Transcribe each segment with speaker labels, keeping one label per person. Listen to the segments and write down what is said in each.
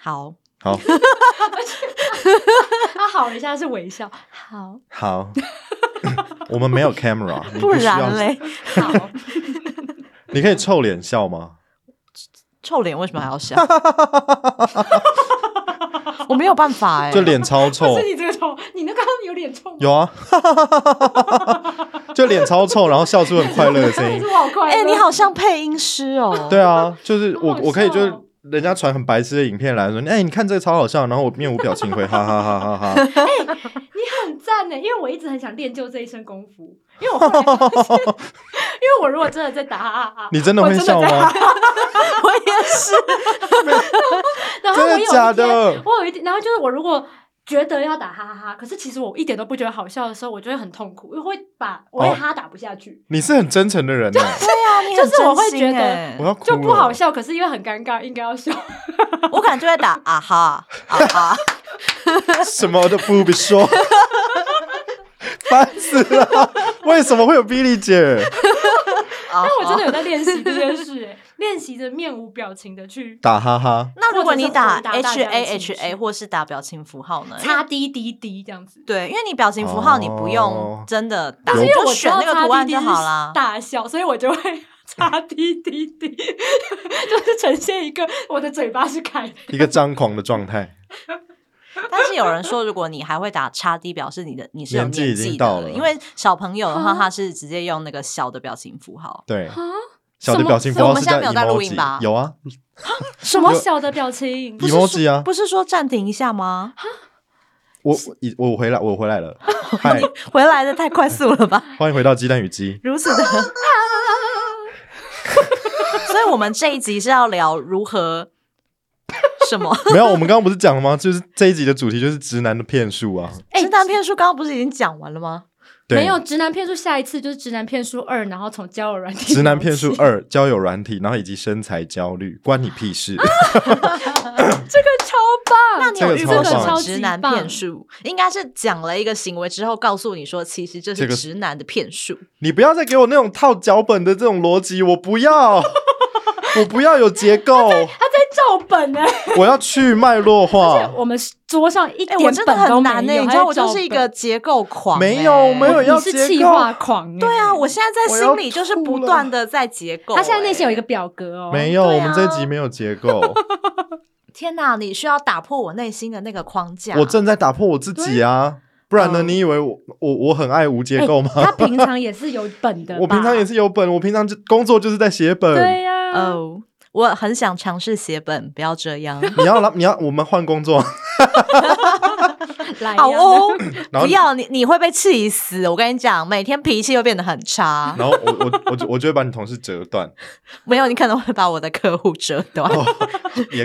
Speaker 1: 好，
Speaker 2: 好
Speaker 1: 他好一下是微笑，
Speaker 2: 哦
Speaker 1: 好
Speaker 2: 好， 我们没有 camera，你
Speaker 3: 不
Speaker 2: 需要
Speaker 3: 然，嘞，
Speaker 1: 好，
Speaker 2: 你可以臭脸笑吗？
Speaker 3: 臭脸为什么还要 笑？我没有办法哎、
Speaker 2: 就脸超臭
Speaker 1: 不是，你这个臭，你那刚刚有点臭，
Speaker 2: 有啊， 就脸超臭，然后笑出很快乐的声
Speaker 1: 你
Speaker 2: 音
Speaker 1: 是。我好快乐，
Speaker 3: 哎、你好像配音师哦。
Speaker 2: 对啊，就是我
Speaker 1: 好好
Speaker 2: 我可以就是
Speaker 1: 笑哦
Speaker 2: 人家传很白痴的影片来说，哎、你看这个超好笑，然后我面无表情回哈哈哈哈哈，
Speaker 1: 很赞呢，因为我一直很想练就这一身功夫，因为我后来发现， 因为我如果真的在打哈哈哈，
Speaker 2: 你真的
Speaker 1: 我
Speaker 2: 会
Speaker 1: 真的
Speaker 2: 笑
Speaker 1: 在
Speaker 2: 吗？
Speaker 3: 我也是。
Speaker 1: 然后我有一
Speaker 2: 真的假的
Speaker 1: 天我有一天，然后就是我如果觉得要打哈哈哈，可是其实我一点都不觉得好笑的时候，我就会很痛苦，因为会把我会
Speaker 2: 哦
Speaker 1: 哈打不下去，
Speaker 2: 你是很真诚的人呢、欸
Speaker 3: 对啊，你
Speaker 1: 就是我会
Speaker 3: 真心
Speaker 1: 觉得
Speaker 3: 哎
Speaker 2: 我要哭了，
Speaker 1: 就不好笑。可是因为很尴尬，应该 要笑。
Speaker 3: 我可能就会打啊哈啊 哈，
Speaker 2: 什么都不必说，烦死了！为什么会有 Billy 姐？
Speaker 3: 啊
Speaker 1: 但我真
Speaker 3: 哈。
Speaker 1: 的有在练习这件事、欸，练习着面无表情的去
Speaker 2: 打哈哈，
Speaker 3: 那如果你打
Speaker 1: 或者是回答大
Speaker 3: H
Speaker 1: 家的
Speaker 3: A
Speaker 1: 情
Speaker 3: H
Speaker 1: 绪
Speaker 3: A 或是打表情符号呢？
Speaker 1: 擦滴滴滴这样子。
Speaker 3: 对，因为你表情符号你不
Speaker 2: 哦
Speaker 3: 用真的打，
Speaker 2: 但是
Speaker 3: 你
Speaker 2: 因
Speaker 1: 因为
Speaker 3: 就
Speaker 1: 我
Speaker 3: 选那
Speaker 1: 知道
Speaker 3: 个图
Speaker 1: 擦
Speaker 3: 案
Speaker 1: 滴
Speaker 3: 就
Speaker 1: 滴
Speaker 3: 好
Speaker 1: 是
Speaker 3: 啦。
Speaker 1: 大笑，所以我就会 擦滴滴滴，就是呈现一个我的嘴巴是开的。
Speaker 2: 一个张狂的状态。
Speaker 3: 但是有人说，如果你还会打叉 D，表示你的你是有
Speaker 2: 年纪
Speaker 3: 纪
Speaker 2: 已经
Speaker 3: 的
Speaker 2: 到了
Speaker 3: 因为小朋友的话，
Speaker 1: 啊
Speaker 3: 他是直接用那个小的表情符号，
Speaker 2: 对，
Speaker 1: 啊？
Speaker 2: 小的
Speaker 1: 什么
Speaker 2: 表情
Speaker 3: 所以
Speaker 2: 包
Speaker 3: 我
Speaker 2: 是
Speaker 3: 们
Speaker 2: 叫
Speaker 3: 现在没有在录音
Speaker 2: emoji，
Speaker 3: 吧
Speaker 2: 有啊
Speaker 1: 什么小的表情？
Speaker 3: 是说
Speaker 2: ，emoji 啊。
Speaker 3: 不是说暂停一下吗？
Speaker 2: 我我我回来，我回来 了。嗨，
Speaker 3: 回来的太快速了吧，
Speaker 2: 欢迎回到鸡蛋与 鸡。
Speaker 3: 如 此的。所以我们这一集是要聊如 何什么？
Speaker 2: 没有，我们刚刚不是讲了吗？就是这一集的主题就是直男的骗术啊。
Speaker 1: 哎
Speaker 3: 直男骗术刚刚不是已经讲完了吗？
Speaker 2: 对，
Speaker 1: 没有直男骗术，下一次就是直男骗术二，然后从交友软体
Speaker 2: 直男骗
Speaker 1: 聊
Speaker 2: 术
Speaker 1: 起，
Speaker 2: 二，交友软体，然后以及身材焦虑，关你 屁事。
Speaker 1: 这个超棒。
Speaker 3: 那你有
Speaker 2: 这个
Speaker 3: 遇过
Speaker 2: 超
Speaker 3: 什么
Speaker 2: 棒
Speaker 3: 直男骗术？应该是讲了一个行为之后，告诉你说其实这
Speaker 2: 这
Speaker 3: 是
Speaker 2: 个
Speaker 3: 直男的骗术。
Speaker 2: 你不要再给我那种套脚本的这种逻辑，我 不要，我不要有结构，
Speaker 1: 他在照本欸呢、
Speaker 2: 我要去脉络化。
Speaker 1: 我们桌上一
Speaker 3: 哦哎、
Speaker 1: 点
Speaker 3: 我真的
Speaker 1: 本都
Speaker 3: 很
Speaker 1: 没
Speaker 3: 难呢、
Speaker 1: 有，
Speaker 3: 你
Speaker 1: 还
Speaker 3: 知道
Speaker 1: 在
Speaker 3: 我
Speaker 1: 照
Speaker 3: 就是一个
Speaker 1: 本
Speaker 3: 结构狂、欸
Speaker 2: 没有没有
Speaker 1: 你
Speaker 2: 要
Speaker 1: 是
Speaker 2: 结
Speaker 1: 气
Speaker 2: 构
Speaker 1: 化狂、欸，
Speaker 3: 对啊，我现在在
Speaker 2: 我要
Speaker 3: 心里就是
Speaker 2: 吐
Speaker 3: 不
Speaker 2: 了
Speaker 3: 断的在结构、欸
Speaker 1: 他现在内心有一
Speaker 3: 个
Speaker 1: 个表格哦，
Speaker 2: 没有，
Speaker 3: 对啊
Speaker 2: 我们这集没有结构，
Speaker 3: 天哪，你需要打破我内心的那个框架。
Speaker 2: 我正在打破我自己啊！不然呢？
Speaker 3: 嗯
Speaker 2: 你以为我我我很爱无结构吗？
Speaker 1: 他平常也是有本的吧，
Speaker 2: 我平常也是有本，我平常就工作就是在写本。
Speaker 1: 对啊呀、
Speaker 3: 哦，我很想尝试写本，不要这 样。
Speaker 2: 你要来，你要我们换工作，啊
Speaker 1: 来呀
Speaker 3: 好哦，
Speaker 2: 然后
Speaker 3: 不要你，你会被气死。我跟你讲，每天脾气又变得很差。
Speaker 2: 然后我我我就我就会把你同事折断，
Speaker 3: 没有，你可能会把我的客户折断，
Speaker 2: 也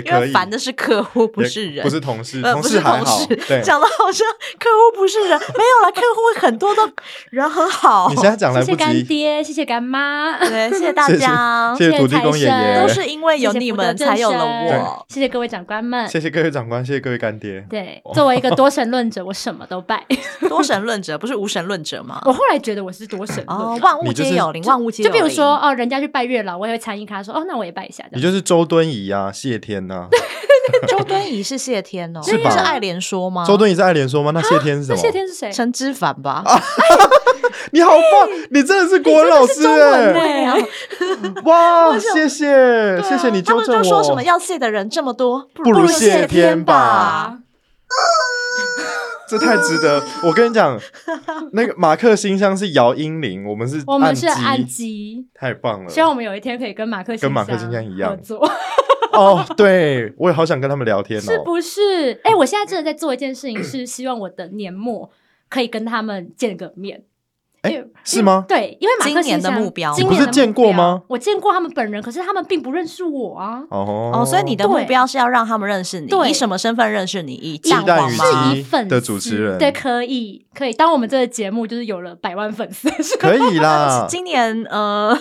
Speaker 3: 因
Speaker 2: 哦可
Speaker 3: 为
Speaker 2: 以。
Speaker 3: 烦的是客户，不
Speaker 2: 也
Speaker 3: 是人。
Speaker 2: 不是同事，
Speaker 3: 呃，不
Speaker 2: 事
Speaker 3: 是
Speaker 2: 还
Speaker 3: 同
Speaker 2: 好。
Speaker 3: 事
Speaker 2: 对，，
Speaker 3: 讲的好像客户不是 人，没有啦，客户很多都人很好
Speaker 2: 你。现在讲来
Speaker 1: 谢谢
Speaker 2: 不
Speaker 1: 干
Speaker 2: 及。
Speaker 1: 爹，谢谢干 妈，
Speaker 3: 对，谢谢大
Speaker 2: 谢谢
Speaker 3: 家，
Speaker 2: 谢谢土地公爷
Speaker 1: 谢谢财
Speaker 2: 爷，
Speaker 1: 神
Speaker 3: 都是因为有你们才有了
Speaker 1: 谢谢福德正
Speaker 3: 我。
Speaker 1: 谢谢各位长官们。
Speaker 2: 谢谢各位长官，谢谢各位干爹。
Speaker 1: 对，作为一个多神论者，我什么 都拜。
Speaker 3: 多神论者不是无神论者吗？
Speaker 1: 我后来觉得我是多神论
Speaker 3: 哦，
Speaker 1: 者，
Speaker 3: 万物
Speaker 2: 你就
Speaker 3: 皆
Speaker 2: 是
Speaker 3: 有灵，万物皆有
Speaker 1: 就
Speaker 3: 灵。
Speaker 1: 比如说，哦，人家去拜月老，我也会参与他说哦，那我也拜一下这
Speaker 2: 你
Speaker 1: 样。
Speaker 2: 就是周敦颐啊，谢天呐、
Speaker 3: 周敦颐是谢天哦，
Speaker 2: 是吧
Speaker 3: 是爱莲说吗？
Speaker 2: 周敦啊颐是爱莲说吗？那谢天是什
Speaker 1: 那
Speaker 2: 么？
Speaker 1: 谢天是谁？
Speaker 3: 陈之凡吧？
Speaker 2: 你好棒，你真的是国文老师
Speaker 1: 中文
Speaker 2: 哎、
Speaker 1: 呢？
Speaker 2: 哇，谢谢、谢谢你
Speaker 3: 啊他
Speaker 2: 纠
Speaker 3: 们
Speaker 2: 正
Speaker 3: 就说什么
Speaker 2: 我，
Speaker 3: 要谢的人这么多，不
Speaker 2: 不如
Speaker 3: 谢
Speaker 2: 谢天吧
Speaker 3: 吧。
Speaker 1: 啊
Speaker 2: 这太值得。我跟 你讲，那个马克信箱是姚英玲，我们是
Speaker 1: 我们是
Speaker 2: 按机，
Speaker 1: 安基，
Speaker 2: 太棒了
Speaker 1: 希望我们有一天可以跟马克
Speaker 2: 跟马克
Speaker 1: 信
Speaker 2: 信箱一样
Speaker 1: 合作，
Speaker 2: 哦！对，我也好想跟他们聊天
Speaker 1: 是
Speaker 2: 哦。
Speaker 1: 不是？哎，我现在真的在做一件事情，是希望我的年末可以跟他们见个面。
Speaker 2: 哎
Speaker 1: 因为
Speaker 2: 是吗？
Speaker 1: 对，因为马克
Speaker 3: 今年的
Speaker 1: 信箱
Speaker 3: 目标
Speaker 1: 今
Speaker 3: 你
Speaker 2: 不
Speaker 1: 年
Speaker 2: 是
Speaker 1: 的
Speaker 2: 见
Speaker 1: 目
Speaker 2: 过
Speaker 1: 标
Speaker 2: 吗？
Speaker 1: 我见过他们本人，可是他们并不认识我啊。
Speaker 2: 哦
Speaker 3: 哦，所以你的目
Speaker 1: 对
Speaker 3: 标是要让他们认识你，
Speaker 1: 对
Speaker 3: 以什么身份认识你？以
Speaker 1: 鸡
Speaker 3: 蛋
Speaker 2: 蛋
Speaker 3: 黄
Speaker 2: 与
Speaker 3: 吗？
Speaker 1: 是
Speaker 2: 鸡
Speaker 1: 以粉丝
Speaker 2: 的主持人
Speaker 1: 对，可以可以。当我们这个节目就是有了百万粉丝，是
Speaker 2: 可以啦，
Speaker 3: 今年呃，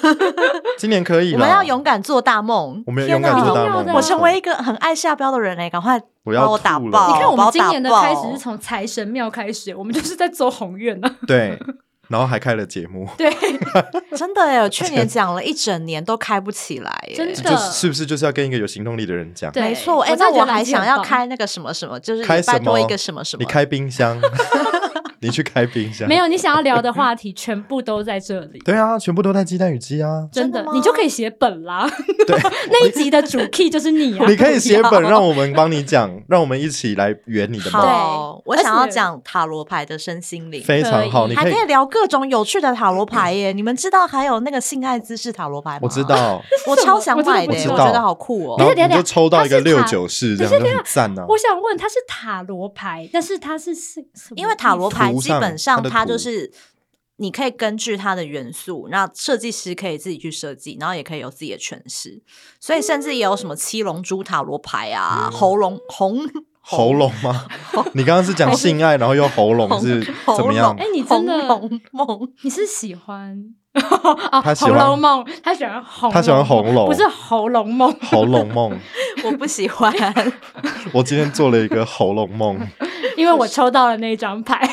Speaker 2: 今年可以
Speaker 3: 我
Speaker 2: 啦。
Speaker 3: 们要勇敢做大梦。
Speaker 2: 我们要
Speaker 3: 天
Speaker 2: 勇敢
Speaker 3: 哪
Speaker 2: 做
Speaker 1: 一
Speaker 2: 大
Speaker 1: 定要
Speaker 2: 梦
Speaker 1: 的。
Speaker 3: 我成为一个很爱下标的人哎、赶快
Speaker 2: 我要
Speaker 3: 哦把我打
Speaker 2: 吐了
Speaker 3: 爆！
Speaker 1: 你看我
Speaker 3: 把
Speaker 1: 们今
Speaker 3: 打
Speaker 1: 年的
Speaker 3: 爆哦
Speaker 1: 开始是从财神庙开始，我们就是在走宏愿呢、
Speaker 2: 对，然后还开了节目，
Speaker 1: 对，
Speaker 3: 真的 耶！我去年讲了一整年都开不起来耶，
Speaker 1: 真的
Speaker 2: 就是是不是就是要跟一个有行动力的人讲？
Speaker 1: 对
Speaker 3: 没错。哎，
Speaker 1: 我真
Speaker 3: 那
Speaker 1: 的觉
Speaker 3: 我
Speaker 1: 得
Speaker 3: 还
Speaker 1: 你是
Speaker 3: 想
Speaker 1: 很
Speaker 3: 要
Speaker 1: 棒
Speaker 3: 开那个什么什么，就是
Speaker 2: 开什
Speaker 3: 拜
Speaker 2: 么？
Speaker 3: 多一个什么什么。
Speaker 2: 你开冰箱， 你去开冰箱。
Speaker 1: 没有你想要聊的话题全部都在这里。
Speaker 2: 对啊，全部都带鸡蛋与鸡啊！
Speaker 1: 真
Speaker 3: 真的
Speaker 1: 的
Speaker 3: 吗，
Speaker 1: 你就可以写本啦。
Speaker 2: 对，
Speaker 1: 那一集的主 key 就是你 啊。
Speaker 2: 你可以写
Speaker 3: 不
Speaker 2: 本，
Speaker 3: 要
Speaker 2: 让我们帮你讲，让我们一起来圆你的梦，
Speaker 3: 好，我
Speaker 1: 而
Speaker 3: 想要
Speaker 1: 且
Speaker 3: 讲塔罗牌的身心灵，
Speaker 2: 非常好。你
Speaker 3: 还
Speaker 2: 可以
Speaker 3: 可，以聊各种有趣的塔罗牌耶！你们知道还有那个性爱姿势塔罗牌吗？
Speaker 2: 我知，道。
Speaker 3: 我超想买的耶，
Speaker 2: 我知道
Speaker 3: 我觉得好酷
Speaker 2: 然
Speaker 3: 哦。
Speaker 2: 后
Speaker 1: 等一下
Speaker 2: 你就抽到一个
Speaker 1: 等一
Speaker 2: 六
Speaker 1: 下
Speaker 2: 九式，这样就很赞啊！
Speaker 1: 我想问，它是塔罗牌，但是它是是什么意思
Speaker 3: 因为塔罗牌基本上
Speaker 2: 图上它的
Speaker 3: 它就
Speaker 2: 图
Speaker 3: 是你可以根据它的元素，那设计师可以自己去设计，然后也可以有自己的诠释，所以甚至也有什么七龙珠塔罗牌啊、
Speaker 2: 嗯
Speaker 3: 喉咙 红
Speaker 2: 喉咙吗？你刚刚是讲性爱，然后又喉咙
Speaker 3: 红
Speaker 2: 是
Speaker 3: 喉
Speaker 2: 怎么样
Speaker 3: 咙
Speaker 1: 哎？你真的
Speaker 3: 红 龙梦
Speaker 1: 你是喜欢 哦，
Speaker 2: 他喜
Speaker 1: 红
Speaker 2: 欢
Speaker 1: 楼梦》，他喜欢红，
Speaker 2: 他喜欢红楼
Speaker 1: 不是《红楼梦》
Speaker 2: 喉咙梦，
Speaker 3: 我不喜欢，
Speaker 2: 我今天做了一个喉咙梦，
Speaker 1: 因为我抽到了那 张牌，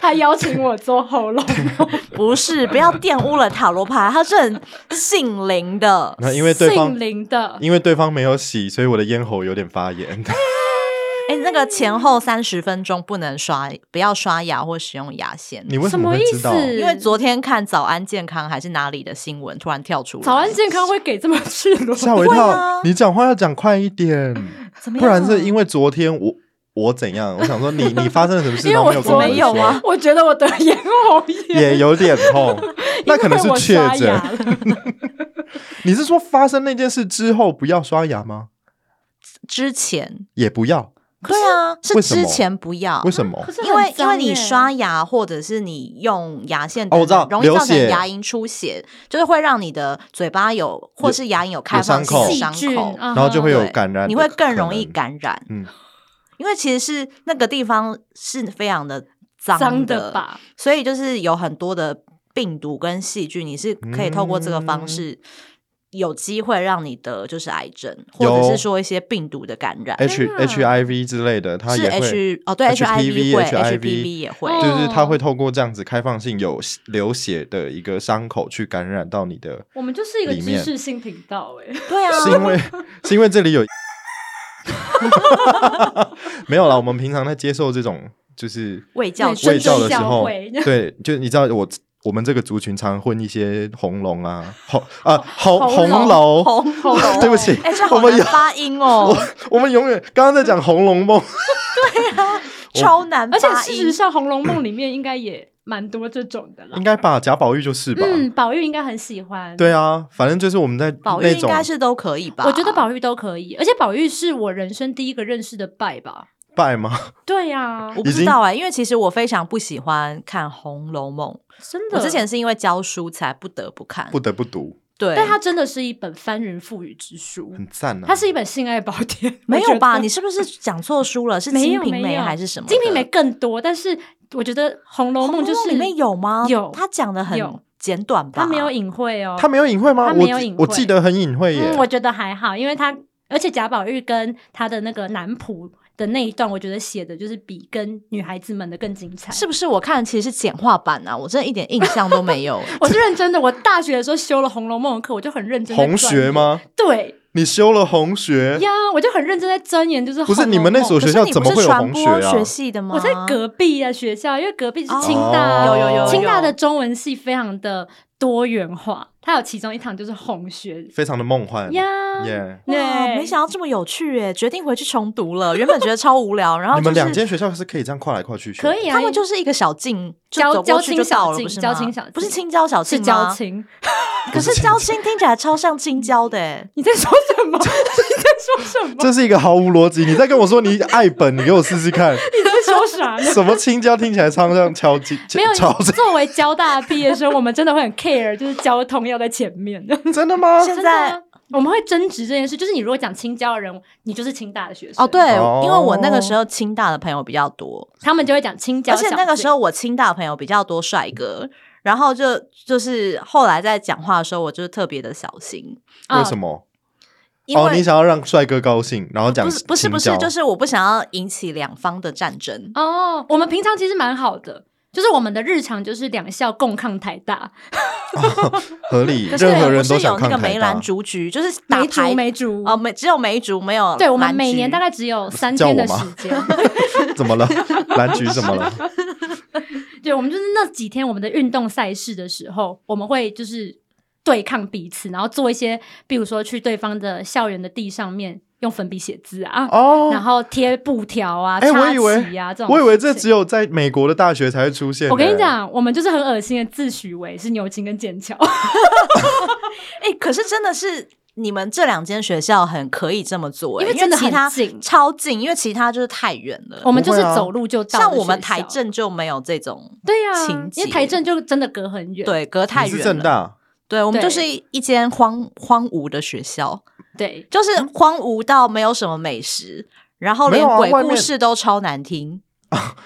Speaker 1: 他邀请我做喉咙梦，
Speaker 3: 不是不要玷污了塔罗牌，它是很性灵的。
Speaker 2: 那因为对方
Speaker 1: 姓林的，
Speaker 2: 因为对方没有洗，所以我的咽喉有点发炎。
Speaker 3: 哎、那个前后三十分钟不能刷，不要刷牙或使用牙线。
Speaker 2: 你为
Speaker 1: 什
Speaker 2: 么
Speaker 1: 么
Speaker 2: 会
Speaker 1: 意
Speaker 2: 知道？
Speaker 1: 思？
Speaker 3: 因为昨天看《早安健康》还是哪里的新闻，突然跳出来。
Speaker 1: 早安健康会给这么赤裸，
Speaker 2: 吓我一
Speaker 3: 不会
Speaker 2: 跳！
Speaker 3: 啊
Speaker 2: 你讲话要讲快一点，
Speaker 3: 怎么
Speaker 2: 不
Speaker 3: 样？啊
Speaker 2: 然是因为昨天我我怎样？我想说你你发生了什么事？
Speaker 1: 因
Speaker 2: 然
Speaker 1: 为
Speaker 2: 后
Speaker 1: 我
Speaker 2: 没有跟
Speaker 1: 昨
Speaker 2: 我们
Speaker 3: 没有
Speaker 2: 说
Speaker 3: 啊，
Speaker 1: 我觉得我得咽喉炎，
Speaker 2: 也有点 痛，那可能是
Speaker 1: 因为我
Speaker 2: 确
Speaker 1: 刷
Speaker 2: 诊。
Speaker 1: 牙了
Speaker 2: 你是说发生那件事之后不要刷牙吗？
Speaker 3: 之前
Speaker 2: 也不要，
Speaker 3: 对啊，是
Speaker 2: 为什么
Speaker 3: 之前不要
Speaker 2: 为。什么
Speaker 1: 可？是
Speaker 3: 因为
Speaker 1: 很
Speaker 3: 因
Speaker 1: 脏
Speaker 3: 为你
Speaker 1: 耶
Speaker 3: 刷牙或者是你用牙线等
Speaker 2: 哦我知道
Speaker 3: 等，容易造成
Speaker 2: 流血
Speaker 3: 牙龈出血，就是会让你的嘴巴有或是牙龈有开放性的
Speaker 1: 细
Speaker 3: 伤
Speaker 1: 菌，啊
Speaker 3: 口，
Speaker 1: 然
Speaker 2: 然后就会有
Speaker 3: 嗯对
Speaker 2: 感染的可能，
Speaker 3: 你会更容易感染。
Speaker 2: 嗯，
Speaker 3: 因为其实是那个地方是非常的脏
Speaker 1: 啊脏的吧？
Speaker 3: 所以就是有很多的病毒跟细菌，你是可以透过这个方
Speaker 2: 嗯
Speaker 3: 式。有机会让你得就是癌症，或
Speaker 2: 有哎
Speaker 3: 者是说一些病毒的感染，
Speaker 2: H
Speaker 1: 天哪
Speaker 2: HIV 之类的，它
Speaker 3: 是
Speaker 2: 也会
Speaker 3: H 哦对
Speaker 2: HPV
Speaker 3: 会
Speaker 2: HIV
Speaker 3: HPV 也会，
Speaker 1: 哦
Speaker 2: 就是它会透过这样子开放性有流血的一个伤口去感染到你 的，
Speaker 1: 我们就是一个
Speaker 2: 里
Speaker 1: 知
Speaker 2: 面
Speaker 1: 识性频道，哎，
Speaker 3: 对啊，
Speaker 2: 是因为是因为这里 有， 没有啦，我们平常在接受这种就是
Speaker 3: 卫教
Speaker 1: 真
Speaker 2: 卫
Speaker 1: 正
Speaker 2: 教的时
Speaker 1: 教
Speaker 2: 候
Speaker 1: 会，
Speaker 2: 对，就你知道我我们这个族群常混一些红龙啊，红啊红红
Speaker 1: 红
Speaker 2: 楼，
Speaker 3: 红
Speaker 1: 红楼
Speaker 2: 对不起
Speaker 3: 哎，这，
Speaker 2: 我
Speaker 3: 好
Speaker 2: 们
Speaker 3: 难
Speaker 2: 有
Speaker 3: 发音哦，
Speaker 2: 我们永远刚刚在讲《红楼梦》，
Speaker 3: 超难
Speaker 1: 而且
Speaker 3: 发
Speaker 1: 事实
Speaker 3: 音。
Speaker 1: 上，《红楼梦》里面应该也蛮多这种的啦
Speaker 2: 应。该吧？贾宝玉就是吧？
Speaker 1: 嗯，宝玉应该很喜欢。，
Speaker 2: 对啊，反正就是我们在
Speaker 3: 宝玉
Speaker 2: 那
Speaker 3: 应
Speaker 2: 种
Speaker 3: 该是都可以吧？
Speaker 1: 我觉得宝玉都可以，而且宝玉是我人生第一个认识的拜吧。
Speaker 2: 拜吗？
Speaker 1: 对呀、
Speaker 3: 我不
Speaker 2: 已经
Speaker 3: 知道哎，因为其实我非常不喜欢看《红楼梦》，
Speaker 1: 真的。
Speaker 3: 我之前，是因为教书才不得不看
Speaker 2: 不，得不读，
Speaker 3: 对，
Speaker 1: 但它真的是一本翻云覆雨之书，
Speaker 2: 很赞啊！
Speaker 1: 它是一本性爱宝 典。
Speaker 3: 没
Speaker 1: 我觉
Speaker 3: 有
Speaker 1: 得
Speaker 3: 吧？你是不是讲错书了？是《
Speaker 1: 没
Speaker 3: 金
Speaker 1: 有
Speaker 3: 瓶
Speaker 1: 没
Speaker 3: 梅》
Speaker 1: 有
Speaker 3: 还是什么的？
Speaker 1: 金瓶梅更多，但是我觉得《红楼
Speaker 3: 红
Speaker 1: 梦》就是
Speaker 3: 里面有吗？
Speaker 1: 有
Speaker 3: 他讲的很
Speaker 1: 有
Speaker 3: 简短吧？
Speaker 1: 它没有隐晦哦，
Speaker 2: 他没有隐晦吗？
Speaker 1: 他
Speaker 2: 我
Speaker 1: 没有
Speaker 2: 记
Speaker 1: 隐晦
Speaker 2: 我记得很隐晦耶
Speaker 1: 嗯，。我觉得还好，因为他而且贾宝玉跟他的那个男仆的那一段，我觉得写的就是比跟女孩子们的更精彩。
Speaker 3: 是不是？我看其实是简化版啊，我真的一点印象都没 有。
Speaker 1: 我是认真的，我大学的时候修了《红楼梦》的课，我就很认真。
Speaker 2: 红学？吗？
Speaker 1: 对
Speaker 2: 你修了红学？
Speaker 1: 呀，我就很认真在钻研，就是
Speaker 2: 不是
Speaker 1: 红楼梦
Speaker 2: 你们那所
Speaker 3: 哦可
Speaker 2: 学
Speaker 3: 是
Speaker 2: 校
Speaker 3: 你
Speaker 2: 怎
Speaker 3: 不
Speaker 2: 么
Speaker 3: 是
Speaker 2: 会有
Speaker 3: 传
Speaker 2: 红学
Speaker 3: 播
Speaker 2: 啊？
Speaker 3: 学系的吗？
Speaker 1: 我在隔壁啊学校，因为隔壁是清
Speaker 2: 哦
Speaker 1: 大啊，
Speaker 3: 有有有有
Speaker 1: 清大的中文系非常的多元化，它有其中一堂就是红学
Speaker 2: 非常的梦幻
Speaker 1: 呀。
Speaker 2: 耶！
Speaker 1: 对
Speaker 3: 哇，没想到这么有趣耶！决定回去重读了。 原本觉得超无聊，然后
Speaker 2: 你
Speaker 3: 就
Speaker 2: 们两
Speaker 3: 是
Speaker 2: 间学校是可以这样跨来跨去学的？
Speaker 1: 可以啊，
Speaker 3: 他们就是一个小径，就
Speaker 1: 交
Speaker 3: 走过
Speaker 1: 交
Speaker 3: 去
Speaker 1: 青
Speaker 3: 就到了，
Speaker 1: 小径
Speaker 3: 不是吗
Speaker 1: 交青小径
Speaker 3: 不是青椒小
Speaker 1: 是
Speaker 3: 径
Speaker 1: 交
Speaker 3: 吗？
Speaker 1: 情。
Speaker 3: 可是交青听起来超像青椒的耶。
Speaker 1: 你在说什么？ 你在说什么？
Speaker 2: 这是一个毫无逻辑。你在跟我说你爱本，你给我试试看，
Speaker 1: 你在说啥呢？
Speaker 2: 什么青椒听起来超像 敲击，
Speaker 1: 没有，
Speaker 2: 敲
Speaker 1: 作为交大毕业生，我们真的会很 care，就是交通要在前面。
Speaker 2: 真的 吗？
Speaker 3: 现
Speaker 1: 真的
Speaker 3: 在
Speaker 1: 啊我们会争执这件事，就是你如果讲青交的人，你就是清大的学生
Speaker 3: 哦，对，
Speaker 2: 哦
Speaker 3: 因为我那个时候清大的朋友比较多，
Speaker 1: 他们就会讲青交
Speaker 3: 而
Speaker 1: 小径。
Speaker 3: 且那个时候我清大的朋友比较多帅哥，然后就就是后来在讲话的时候，我就是特别的小心，
Speaker 1: 啊
Speaker 2: 为什么？
Speaker 3: 哦因
Speaker 2: 哦，你
Speaker 3: 为
Speaker 2: 想要让帅哥高兴，然后讲
Speaker 3: 不是不是不
Speaker 2: 青
Speaker 3: 是，
Speaker 2: 椒
Speaker 3: 就是我不想要引起两方的战争。
Speaker 1: 哦，我们平常其实蛮好的，就是我们的日常就是两校共抗台大，
Speaker 2: 合理，
Speaker 3: 可是
Speaker 2: 任何
Speaker 3: 不
Speaker 2: 人都
Speaker 3: 是
Speaker 2: 想
Speaker 3: 有那
Speaker 2: 看
Speaker 3: 个
Speaker 2: 台
Speaker 3: 梅
Speaker 2: 大
Speaker 3: 兰。竹菊，就是打
Speaker 1: 梅竹
Speaker 3: 牌
Speaker 1: 梅竹
Speaker 3: 哦，梅只有梅竹没有
Speaker 1: 对我们
Speaker 3: 兰
Speaker 1: 每年
Speaker 3: 菊
Speaker 1: 大概只有三
Speaker 2: 叫
Speaker 1: 天
Speaker 2: 我
Speaker 1: 的
Speaker 2: 吗
Speaker 1: 时间，
Speaker 2: 怎么了？ 蓝菊怎么 了？
Speaker 1: 对，我们就是那几天我们的运动赛事的时候，我们会就是对抗彼此，然后做一些，比如说去对方的校园的地上面用粉笔写字啊，然
Speaker 2: 哦，
Speaker 1: 后贴布条啊、
Speaker 2: 哎我
Speaker 1: 插
Speaker 2: 以为
Speaker 1: 旗啊这种。
Speaker 2: 我以为这只。有在美国的大学才会出现。
Speaker 1: 我跟你，讲，我们就是很恶心的自诩为是牛津跟剑桥，
Speaker 3: 哎、可是真的是你们这两间学校很可以这么做、欸，
Speaker 1: 因为
Speaker 3: 因
Speaker 1: 真的
Speaker 3: 其
Speaker 1: 很
Speaker 3: 他
Speaker 1: 近
Speaker 3: 超近，因为其他就是太远了。
Speaker 1: 我们就是
Speaker 2: 不会啊
Speaker 1: 走路就到的学校。
Speaker 3: 像我们台政就没有这种，
Speaker 1: 对呀、
Speaker 3: 情
Speaker 1: 因
Speaker 3: 节
Speaker 1: 为台政就真的隔很远。
Speaker 3: 对，隔太
Speaker 2: 你是
Speaker 3: 远
Speaker 2: 正
Speaker 3: 了。
Speaker 2: 大，
Speaker 3: 对，我们
Speaker 1: 对
Speaker 3: 就是一间荒荒芜的学校，
Speaker 1: 对，
Speaker 3: 就是荒芜到没有什么美食，然后
Speaker 2: 嗯没
Speaker 3: 连
Speaker 2: 有啊
Speaker 3: 鬼
Speaker 2: 外
Speaker 3: 故
Speaker 2: 面
Speaker 3: 事都超难听。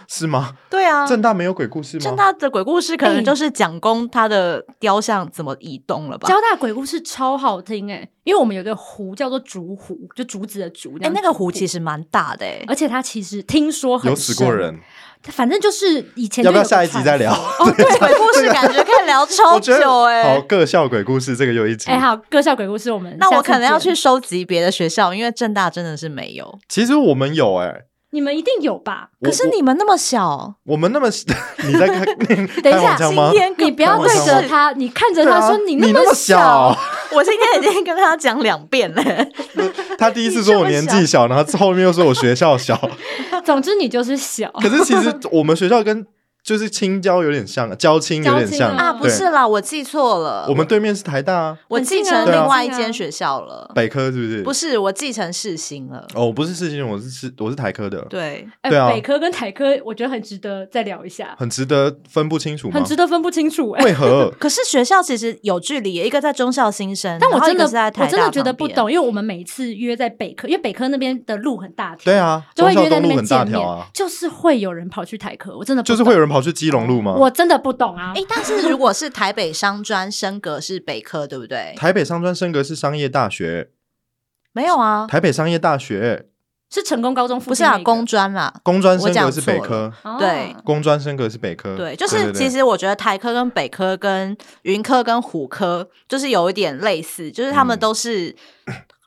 Speaker 2: 是吗？
Speaker 3: 对啊，
Speaker 2: 正大没有鬼故事吗？
Speaker 3: 正大的鬼故事可
Speaker 1: 哎
Speaker 3: 能就是蒋公他的雕像怎么移动了吧？
Speaker 1: 交大鬼故事超好听哎、因为我们有个湖叫做竹湖，就竹子的竹。
Speaker 3: 哎、那个湖其
Speaker 1: 实，
Speaker 3: 实蛮大的哎、
Speaker 1: 而且它其实听说很
Speaker 2: 有死过
Speaker 1: 深
Speaker 2: 人，
Speaker 1: 反正就是以前
Speaker 2: 要
Speaker 1: 就
Speaker 2: 不要
Speaker 1: 有个
Speaker 2: 下一集
Speaker 1: 传
Speaker 2: 再聊？
Speaker 1: 说
Speaker 3: 对，欸鬼故事感觉可以聊超
Speaker 2: 我觉得
Speaker 3: 久哎、
Speaker 2: 好各校鬼故事这个有一集
Speaker 1: 哎、。好，各校鬼故事我们
Speaker 3: 那
Speaker 1: 下
Speaker 3: 我
Speaker 1: 次
Speaker 3: 可能要
Speaker 1: 见
Speaker 3: 去，收集别的学校，因为正大真的是没有。
Speaker 2: 其实我们有哎，
Speaker 1: 你们一定有吧？
Speaker 2: 我
Speaker 3: 可是你们那么小，
Speaker 2: 我们那么 你在开你
Speaker 1: 等一
Speaker 2: 开
Speaker 1: 下
Speaker 2: 黄腔吗？
Speaker 1: 你不要
Speaker 2: 我
Speaker 1: 对
Speaker 2: 想
Speaker 1: 着
Speaker 2: 问
Speaker 1: 他，你看着
Speaker 2: 对
Speaker 1: 他
Speaker 2: 啊
Speaker 1: 说
Speaker 2: 你
Speaker 1: 那
Speaker 2: 么
Speaker 1: 小，，
Speaker 3: 我今天已经跟他讲两遍了。
Speaker 2: 他第一次说我年纪 小，然后后面又说我学校小，
Speaker 1: 总之你就是小。
Speaker 2: 可是其实我们学校跟就是青椒有点像，交青有点
Speaker 1: 交青
Speaker 2: 像
Speaker 1: 啊
Speaker 3: 啊，不是啦，我记错了。
Speaker 2: 我们对面是台大啊，
Speaker 3: 我继承
Speaker 1: 很近啊
Speaker 3: 另外一间学校了，
Speaker 2: 北科是不是？
Speaker 3: 不是我继承世新了。
Speaker 2: 哦，我不是世新人，我是是我是台科的，
Speaker 3: 对，
Speaker 1: 哎
Speaker 2: 对啊
Speaker 1: 北科跟台科，我觉得很值得再聊一下，
Speaker 2: 很值得分不清楚吗
Speaker 1: 很？值得分不清楚哎、
Speaker 2: 为何
Speaker 3: 可是学校其实有距离，一个在中校新生，
Speaker 1: 但我
Speaker 3: 然后一
Speaker 1: 真
Speaker 3: 个
Speaker 1: 的
Speaker 3: 是在台
Speaker 1: 我
Speaker 3: 大
Speaker 1: 真的觉得
Speaker 3: 旁
Speaker 1: 不
Speaker 3: 边。
Speaker 1: 懂，因为我们每一次约在北科，因为北科那边的路很大条，
Speaker 2: 对，啊，
Speaker 1: 就
Speaker 2: 中
Speaker 1: 会
Speaker 2: 校
Speaker 1: 约在
Speaker 2: 东
Speaker 1: 那
Speaker 2: 路
Speaker 1: 边
Speaker 2: 很大
Speaker 1: 见面，
Speaker 2: 条啊，
Speaker 1: 就是会有人跑去台科，我真的不
Speaker 2: 就是
Speaker 1: 懂
Speaker 2: 会有人跑去基隆路吗？
Speaker 1: 我真的不懂啊，
Speaker 3: 哎、但是如果是台北商专升格是北科，对不对？
Speaker 2: 台北商专升格是商业大学，
Speaker 3: 没有啊，
Speaker 2: 台北商业大学
Speaker 1: 是成功高中
Speaker 3: 不
Speaker 1: 附
Speaker 3: 是
Speaker 1: 近那
Speaker 3: 啊，
Speaker 1: 个
Speaker 3: 工专啦。
Speaker 2: 工专升
Speaker 3: 我
Speaker 2: 格是
Speaker 3: 讲错
Speaker 2: 北
Speaker 3: 了
Speaker 2: 科，
Speaker 1: 哦
Speaker 3: 对
Speaker 2: 工专升格是北科，
Speaker 3: 对，就
Speaker 2: 呃对
Speaker 3: 是
Speaker 2: 对
Speaker 3: 其实我觉得台科跟北科跟云科跟虎科就是有一点类似，就是他们
Speaker 2: 嗯
Speaker 3: 都是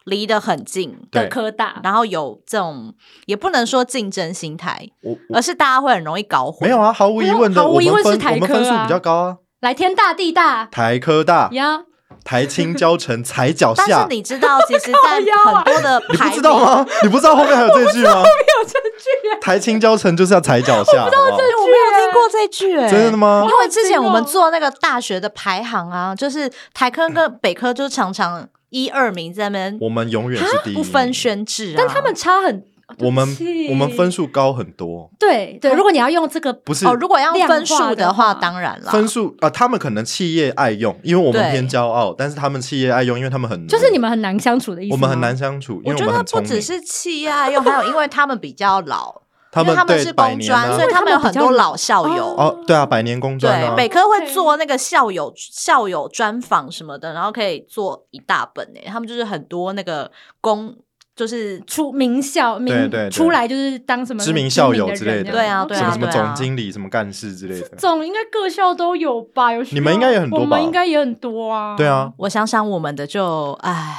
Speaker 3: 离得很近，
Speaker 1: 的
Speaker 2: 对
Speaker 1: 科大，
Speaker 3: 然后有这种也不能说竞争心态，
Speaker 1: 呃
Speaker 2: 我我
Speaker 3: 而是大家会很容易搞混。
Speaker 2: 没有啊，毫无疑问的，
Speaker 1: 毫无
Speaker 2: 我
Speaker 1: 疑问
Speaker 2: 们
Speaker 1: 是
Speaker 2: 分
Speaker 1: 台
Speaker 2: 我们
Speaker 1: 科
Speaker 2: 分数
Speaker 1: 啊
Speaker 2: 比较高啊，
Speaker 1: 来天大地大
Speaker 2: 台科大、
Speaker 1: 呀，
Speaker 2: 台青、交城、踩脚
Speaker 3: 但
Speaker 2: 下
Speaker 3: 是，你知道，其实，在
Speaker 1: 腰啊
Speaker 3: 很多的
Speaker 2: 你不
Speaker 3: 排
Speaker 2: 知道
Speaker 3: 名
Speaker 2: 吗？你不知道后面还有这句吗？没有这句。台青交城就是要踩脚下，好不好？
Speaker 3: 哎我没有听过这句、哎，
Speaker 2: 啊真的吗
Speaker 3: 因？为之前我们
Speaker 1: 哦
Speaker 3: 做那个大学的排行啊，就是台科跟北科就常常一二名在那边
Speaker 2: 我们永远是第一，
Speaker 3: 啊不分。宣制、啊，
Speaker 1: 但他们差很，哦
Speaker 2: 我
Speaker 1: 对不
Speaker 2: 们
Speaker 1: 起
Speaker 2: 我们分数高很多，
Speaker 1: 对对，如果你要用这个，
Speaker 2: 不是
Speaker 3: 哦，如果要
Speaker 1: 量
Speaker 3: 分
Speaker 1: 化
Speaker 3: 数
Speaker 1: 的
Speaker 3: 的
Speaker 1: 话
Speaker 3: 话，当然啦，
Speaker 2: 分数啊，他们可能企业爱用，因为我们
Speaker 3: 对
Speaker 2: 偏骄傲，但是他们企业爱用，因为他们很努
Speaker 1: 就是你们很难相处的意思，
Speaker 2: 我们很难。相处，因
Speaker 3: 我
Speaker 2: 为
Speaker 3: 觉
Speaker 2: 们
Speaker 3: 得
Speaker 2: 很
Speaker 3: 不
Speaker 2: 聪明
Speaker 3: 只。是气啊，又还有因为他们比较老，
Speaker 2: 他
Speaker 3: 因为
Speaker 2: 们
Speaker 3: 他们
Speaker 2: 对
Speaker 3: 是
Speaker 2: 百
Speaker 3: 工
Speaker 2: 年
Speaker 3: 专，
Speaker 2: 啊
Speaker 3: 所以，他们有
Speaker 1: 所以他们
Speaker 3: 很
Speaker 1: 比较老
Speaker 3: 多老校友。
Speaker 1: 哦
Speaker 2: 哦，对啊，百年工专
Speaker 3: 对，
Speaker 2: 啊，
Speaker 3: 北科会
Speaker 1: OK
Speaker 3: 做那个校友校友专访什么的，然后可以做一大本诶、他们就是很多那个工，就是
Speaker 1: 出名校名
Speaker 2: 对对对
Speaker 1: 出来就是当什么
Speaker 2: 知名
Speaker 1: 很
Speaker 2: 校
Speaker 1: 的
Speaker 2: 友
Speaker 1: 人
Speaker 2: 之类的，
Speaker 1: 这样
Speaker 3: 对啊对
Speaker 2: 什么
Speaker 3: 啊
Speaker 2: 什么
Speaker 3: 对啊
Speaker 2: 总经理、什么干事之类的，
Speaker 1: 总应该各校都有吧？有需
Speaker 2: 你们应该也很多吧
Speaker 1: 要我们应该也很多啊。
Speaker 2: 对，啊，
Speaker 3: 我想想我们的就唉，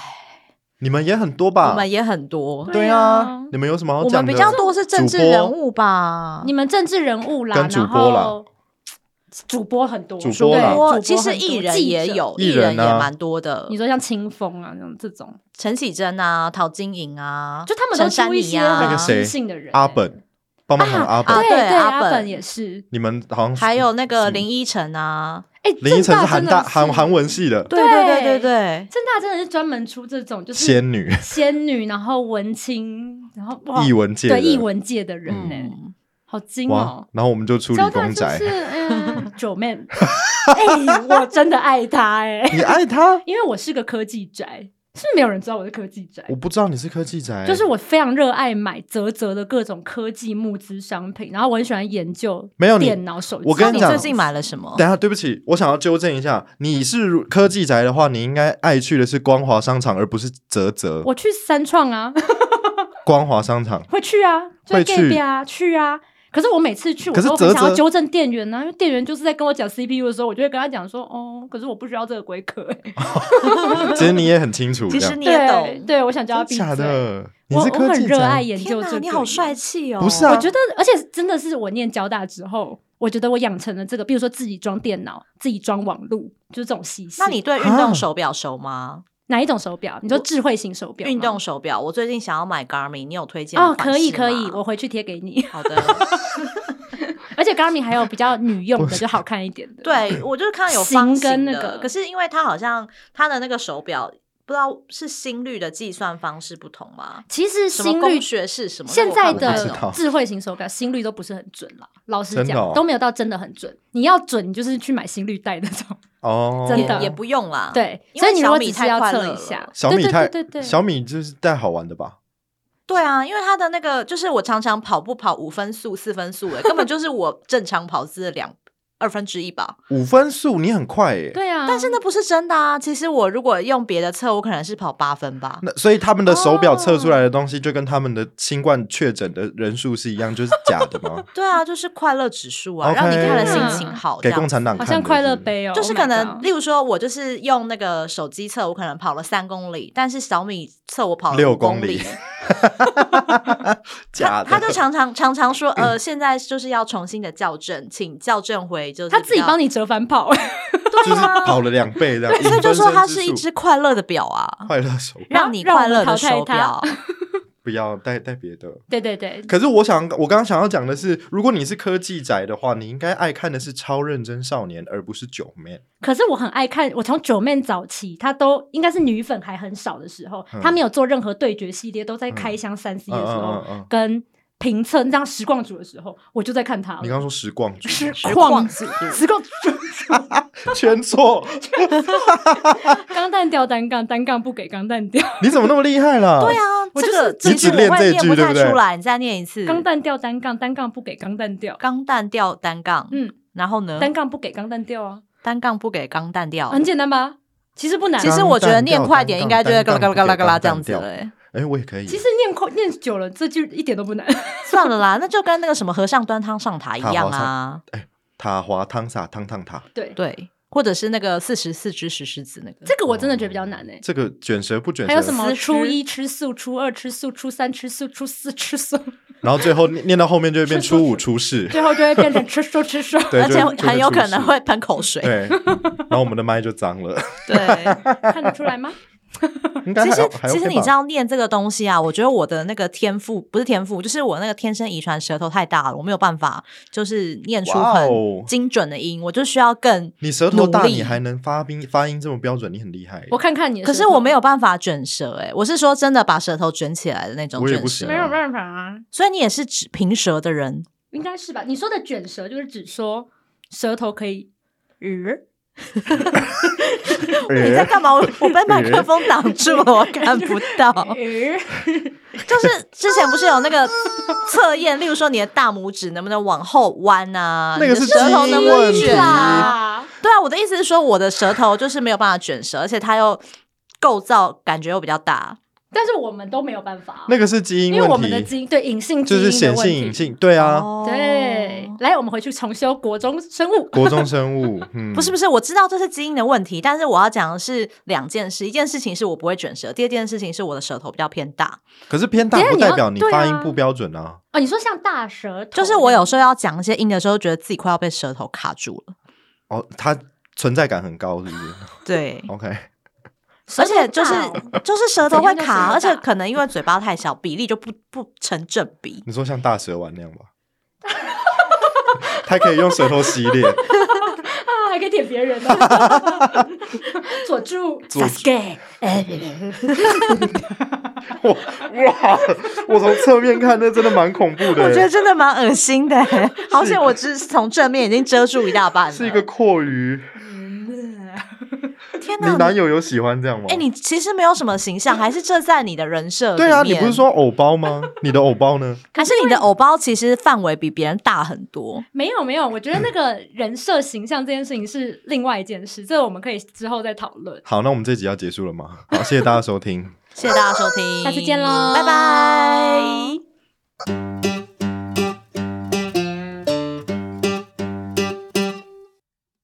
Speaker 2: 你们也很多
Speaker 3: 我
Speaker 2: 吧？
Speaker 3: 们也很多，
Speaker 2: 啊对
Speaker 1: 对
Speaker 2: 啊
Speaker 1: 啊，
Speaker 2: 你们有什么好
Speaker 3: 我
Speaker 2: 讲
Speaker 3: 们比
Speaker 2: 的？
Speaker 3: 较多是政治
Speaker 2: 主播
Speaker 3: 人物吧。
Speaker 1: 你们政治人物啦，
Speaker 2: 跟主播啦
Speaker 1: 然后，主播很多，
Speaker 2: 主
Speaker 3: 主
Speaker 2: 播啦
Speaker 3: 播
Speaker 1: 对
Speaker 3: 其实
Speaker 1: 很多
Speaker 3: 艺人
Speaker 1: 记者
Speaker 3: 也有，
Speaker 2: 艺
Speaker 3: 艺
Speaker 2: 人
Speaker 3: 人
Speaker 2: 啊
Speaker 3: 也蛮多的
Speaker 1: 你，说像清风啊，那种这种，
Speaker 3: 陈绮贞啊、陶晶莹啊，
Speaker 1: 就他们都
Speaker 3: 陈珊
Speaker 1: 出一
Speaker 3: 妮
Speaker 1: 些
Speaker 3: 啊，
Speaker 2: 那个谁
Speaker 1: 知性的人。
Speaker 2: 阿本，帮忙喊阿
Speaker 1: 对
Speaker 2: 本，
Speaker 3: 啊对
Speaker 1: 阿
Speaker 3: 阿本
Speaker 1: 也是。
Speaker 2: 你们好像是
Speaker 3: 还有那个
Speaker 2: 嗯
Speaker 3: 林依晨啊，
Speaker 1: 哎，
Speaker 2: 林依晨
Speaker 1: 正
Speaker 2: 是
Speaker 1: 大真
Speaker 2: 韩
Speaker 1: 的
Speaker 2: 大
Speaker 1: 是
Speaker 2: 韩韩文系的
Speaker 3: 对
Speaker 1: 对
Speaker 3: 对对对对，
Speaker 1: 正大真的是专门出这种就是
Speaker 2: 仙女，
Speaker 1: 仙女，然后文青，然后哇，
Speaker 2: 艺文界的
Speaker 1: 对艺文界的人呢、
Speaker 3: 嗯，
Speaker 1: 好精
Speaker 2: 哇
Speaker 1: 哦、，
Speaker 2: 然后我们就出理
Speaker 1: 交大
Speaker 2: 工
Speaker 1: 就
Speaker 2: 宅
Speaker 1: 是， 嗯，九妹，哎，我真的爱她哎、
Speaker 2: 你爱他？
Speaker 1: 因为我是个科技宅，是不是没有人知道我是科技宅
Speaker 2: 我？不知道你是科技宅，
Speaker 1: 就是我非常热爱买泽泽的各种科技募资商品，然后我很喜欢研究
Speaker 2: 没有你
Speaker 1: 电脑、手机。
Speaker 2: 我跟
Speaker 3: 你
Speaker 2: 讲
Speaker 3: 最近买了什么？
Speaker 2: 等一下，对不起，我想要纠正一下，你是科技宅的话，你应该爱去的是光华商场，而不是泽泽。
Speaker 1: 我去三创啊，
Speaker 2: 光华商场
Speaker 1: 会去啊，就
Speaker 2: 会
Speaker 1: 是
Speaker 2: 去
Speaker 1: gay 啊，去啊。可是我每次去，我
Speaker 2: 可是
Speaker 1: 都很
Speaker 2: 泽
Speaker 1: 想要
Speaker 2: 泽
Speaker 1: 纠正店员呢、啊因为店员就是在跟我讲 CPU 的时候，我就会跟他讲说，哦，可是我不需要这个规格、欸。
Speaker 2: 其实你也很清楚，
Speaker 3: 其
Speaker 2: 这
Speaker 3: 实
Speaker 2: 样
Speaker 3: 你也
Speaker 1: 对
Speaker 3: 懂。
Speaker 1: 对，我想叫他闭
Speaker 2: 真假
Speaker 1: 嘴。
Speaker 2: 的？你
Speaker 1: 我
Speaker 2: 是
Speaker 1: 我
Speaker 2: 科
Speaker 1: 很
Speaker 2: 技
Speaker 1: 热
Speaker 2: 宅
Speaker 1: 爱研
Speaker 3: 天
Speaker 1: 究这
Speaker 3: 哪，
Speaker 1: 个，
Speaker 3: 你好帅气哦！
Speaker 2: 不是啊
Speaker 1: 我觉得，而且真的是我念交大之后，我觉得我养成了这个，比如说自己装电脑、自己装网路，就是这种习性。
Speaker 3: 那你对运
Speaker 2: 啊
Speaker 3: 动手表熟吗？
Speaker 1: 哪一种手表？你说智慧型手表吗？
Speaker 3: 运动手表，我最近想要买 Garmin，你有推荐的
Speaker 1: 哦，
Speaker 3: 款
Speaker 1: 可以
Speaker 3: 式
Speaker 1: 可
Speaker 3: 吗
Speaker 1: 以，我回去贴给你。
Speaker 3: 好的。
Speaker 1: 而且 Garmin 还有比较女用的，就好看一点的。，
Speaker 3: 对，我就是看到有
Speaker 1: 型
Speaker 3: 方
Speaker 1: 跟
Speaker 3: 形
Speaker 1: 那
Speaker 3: 的
Speaker 1: 个
Speaker 3: 可是因为它好像它的那个手表，不知道是心率的计算方式不同吗？
Speaker 1: 其实
Speaker 3: 什么
Speaker 1: 心率
Speaker 3: 工学是什么？
Speaker 1: 现在
Speaker 2: 我不知
Speaker 1: 的
Speaker 2: 道
Speaker 1: 智慧型手表 心率都不是很准了，老实
Speaker 2: 真
Speaker 1: 讲、
Speaker 2: 的哦
Speaker 1: 都没有到真的很准。你要准，你就是去买心率带那 种。
Speaker 2: 哦，
Speaker 1: 真
Speaker 3: 也
Speaker 1: 的
Speaker 3: 也不用啦。
Speaker 1: 对，
Speaker 3: 啊因
Speaker 1: 所以
Speaker 3: 为
Speaker 1: 你如
Speaker 3: 小
Speaker 1: 果
Speaker 3: 米
Speaker 1: 只是
Speaker 3: 太
Speaker 1: 要
Speaker 3: 快
Speaker 1: 测
Speaker 3: 乐
Speaker 1: 一下
Speaker 3: 了。，
Speaker 2: 小米太
Speaker 1: 对对对对对
Speaker 2: 小米就是带好玩的吧？
Speaker 3: 对啊，因为它的那个就是我常常跑步跑五分速、四分速、欸，根本就是我正常跑姿的两二分之一吧。
Speaker 2: 五分速你很快耶，
Speaker 1: 对啊。
Speaker 3: 但是那不是真的啊！其实我如果用别的测，我可能是跑八分吧。
Speaker 2: 那所以他们的手表测出来的东西就跟他们的新冠确诊的人数是一样，就是假的吗？
Speaker 3: 对啊，就是快乐指数啊，让你
Speaker 2: OK
Speaker 3: 看了心情哦好。
Speaker 2: 给
Speaker 3: 这样
Speaker 2: 共产党
Speaker 1: 好
Speaker 2: 看的
Speaker 1: 像快乐杯哦，
Speaker 3: 就是
Speaker 1: Oh my
Speaker 3: 可能，
Speaker 1: God
Speaker 3: 例如说，我就是用那个手机测，我可能跑了三公里，但是小米测我跑了
Speaker 2: 六
Speaker 3: 五公
Speaker 2: 公里
Speaker 3: 他
Speaker 2: 假的，嗯
Speaker 3: 他就常常常常说，呃，现在就是要重新的校正，请校正回，就是
Speaker 1: 他自己帮
Speaker 3: 你，
Speaker 1: 你折返跑，
Speaker 2: 就是跑了两倍这样，
Speaker 3: 所以就说它是一
Speaker 2: 引分身之
Speaker 3: 只快乐的表啊
Speaker 2: 术， 快乐手表，
Speaker 3: 让你
Speaker 1: 让我
Speaker 3: 快
Speaker 1: 们
Speaker 3: 乐的
Speaker 1: 淘汰
Speaker 3: 手
Speaker 1: 它
Speaker 3: 表。
Speaker 2: 不要带带别的。
Speaker 1: 对对对，
Speaker 2: 可是我想，我刚刚想要讲的是，如果你是科技宅的话，你应该爱看的是《超认真少年》，而不是《九妹
Speaker 1: 可是我很爱看，我从九妹早期，她都应该是女粉还很少的时候，
Speaker 2: 嗯
Speaker 1: 她没有做任何对决系列，都在开箱三 C 的时候，
Speaker 2: 嗯嗯嗯嗯
Speaker 1: 跟评测那张实况组的时候，我就在看她了。
Speaker 2: 你刚刚说实况主
Speaker 1: 实
Speaker 3: 实
Speaker 1: 况
Speaker 3: 况
Speaker 1: 组
Speaker 3: 组，
Speaker 1: 实况组，
Speaker 2: 全错，
Speaker 1: 钢弹掉单杠，单杠不给钢弹掉，
Speaker 2: 你怎么那么厉害 啦？
Speaker 3: 对 啊，
Speaker 1: 我就
Speaker 3: 这
Speaker 1: 是
Speaker 3: 个
Speaker 1: 只
Speaker 3: 其实
Speaker 2: 练
Speaker 3: 我
Speaker 2: 这
Speaker 3: 会
Speaker 2: 一
Speaker 3: 念
Speaker 2: 句
Speaker 3: 不
Speaker 2: 对
Speaker 3: 太
Speaker 2: 不对
Speaker 3: 出来，你再念一次。
Speaker 1: 钢弹掉单杠，单杠不给钢弹掉，
Speaker 3: 钢弹掉单杠，
Speaker 1: 嗯，
Speaker 3: 然后呢，
Speaker 1: 单杠不给钢弹掉啊，
Speaker 3: 单杠不给钢弹掉。
Speaker 1: 很简单吧？其实不难
Speaker 3: 其，实我觉得念快点，应该就会嘎啦嘎啦嘎啦嘎啦这样子了、欸。
Speaker 2: 哎，我也可以。
Speaker 1: 其实念快念久了，这句一点都不难。
Speaker 3: 算了啦，那就跟那个什么和尚端汤上塔一样啊，
Speaker 2: 塔滑汤洒汤烫塔，
Speaker 1: 对，
Speaker 3: 对，或者是那个四十四只石狮子那个，
Speaker 1: 这个我真的觉得比较难诶。
Speaker 2: 这个卷舌不卷舌，
Speaker 1: 还有什么
Speaker 3: 丝
Speaker 1: 初
Speaker 3: 织
Speaker 1: 一吃素，初二吃素，初三吃素，初四 吃素，
Speaker 2: 然后最后念念到后面就会变初五初 四，
Speaker 1: 最后就会变成吃素吃素。
Speaker 2: 对，
Speaker 3: 而且
Speaker 2: 就就
Speaker 3: 很有
Speaker 2: 初四
Speaker 3: 可能会喷口水。
Speaker 2: 对，然后我们的麦就脏了，
Speaker 3: 对，
Speaker 1: 看得出来吗？
Speaker 2: 应该
Speaker 3: 其
Speaker 2: 还
Speaker 3: 实
Speaker 2: 好还
Speaker 3: 其
Speaker 2: OK
Speaker 3: 实
Speaker 2: 吧
Speaker 3: 你知道念这个东西啊，我觉得我的那个天赋不是天赋，就是我那个天生遗传舌头太大了，我没有办法就是念出
Speaker 2: 哇
Speaker 3: 很
Speaker 2: 哦
Speaker 3: 精准的音，我就需要更。
Speaker 2: 你舌头大，
Speaker 3: 努力
Speaker 2: 你还能发音发音这么标准，你很厉害。欸
Speaker 1: 我看看你的舌
Speaker 3: 可
Speaker 1: 头。
Speaker 3: 是我没有办法卷舌、欸，我是说真的把舌头卷起来的那种
Speaker 2: 我也
Speaker 3: 卷
Speaker 2: 不
Speaker 3: 舌
Speaker 2: 行。啊
Speaker 1: 办法啊，
Speaker 3: 所以你也是指平舌的人，
Speaker 1: 应该是吧？你说的卷舌就是指说舌头可以，
Speaker 3: 你在干嘛？我我 被麦克风挡住了，我看 不到。就是之前不是有那个测验，例如说你的大拇指能不能往后弯啊，
Speaker 2: 那个是
Speaker 3: 你的舌头能不能
Speaker 2: 基因
Speaker 3: 卷啊？
Speaker 2: 问
Speaker 1: 啊，
Speaker 3: 对啊，我的意思是说，我的舌头就是没有办法卷舌，而且它又构造感觉又比较大。
Speaker 1: 但是我们都没有办法啊，
Speaker 2: 那个是基因
Speaker 1: 因为我们的
Speaker 2: 问题，
Speaker 1: 基因对隐性基
Speaker 2: 就
Speaker 1: 因的
Speaker 2: 是显
Speaker 1: 问
Speaker 2: 性
Speaker 1: 题
Speaker 2: 隐。性，对啊，
Speaker 3: 哦
Speaker 1: 对，来，我们回去重修国中生物。
Speaker 2: 国中生物， 嗯，
Speaker 3: 不是不是，我知道这是基因的问题，但是我要讲的是两件事，一件事情是我不会卷舌，第二件事情是我的舌头比较偏大，
Speaker 2: 可是偏大
Speaker 1: 等一下
Speaker 2: 不
Speaker 1: 你要
Speaker 2: 代表你
Speaker 1: 对啊
Speaker 2: 发音不标准啊。
Speaker 1: 哦，你说像大舌头，
Speaker 3: 就是我有时候要讲一些音的时候，觉得自己快要被舌头卡住了。
Speaker 2: 哦，它存在感很高，是 不是
Speaker 3: 对，
Speaker 2: ？OK，
Speaker 1: 舌
Speaker 3: 而
Speaker 1: 头
Speaker 3: 且就是
Speaker 1: 大哦
Speaker 3: 就是舌头会
Speaker 1: 怎样
Speaker 3: 卡，
Speaker 1: 叫
Speaker 3: 而
Speaker 1: 舌头大
Speaker 3: 且可能因为嘴巴太小，比例就不不成正比。
Speaker 2: 你说像大蛇丸那样吧？它可以用舌头 洗脸，
Speaker 1: 啊，还可以舔别 人呢。佐助
Speaker 2: 佐助
Speaker 1: Sasuke，哎，
Speaker 2: 哇哇！我从侧面看，那真的蛮恐怖的，欸
Speaker 3: 我觉得真的蛮恶心的，欸 好险我只是从正面已经遮住一大半了。
Speaker 2: 是一个阔鱼。
Speaker 3: 天
Speaker 2: 你
Speaker 3: 哪！
Speaker 2: 男友有喜欢这样吗？
Speaker 3: 哎，你其实没有什么形象，还是这在你的人设里面？
Speaker 2: 对啊，你不是说偶包吗？你的偶包呢？
Speaker 3: 还是你的偶包其实范围比别人大很多？
Speaker 1: 没有没有，我觉得那个人设形象这件事情是另外一件事，这我们可以之后再讨论。
Speaker 2: 好，那我们这集要结束了吗？好，谢谢大家收听。
Speaker 3: 谢谢大家收听，
Speaker 1: 下次见喽，
Speaker 3: 拜拜。